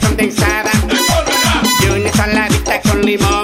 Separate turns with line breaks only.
condensada y una saladita con limón.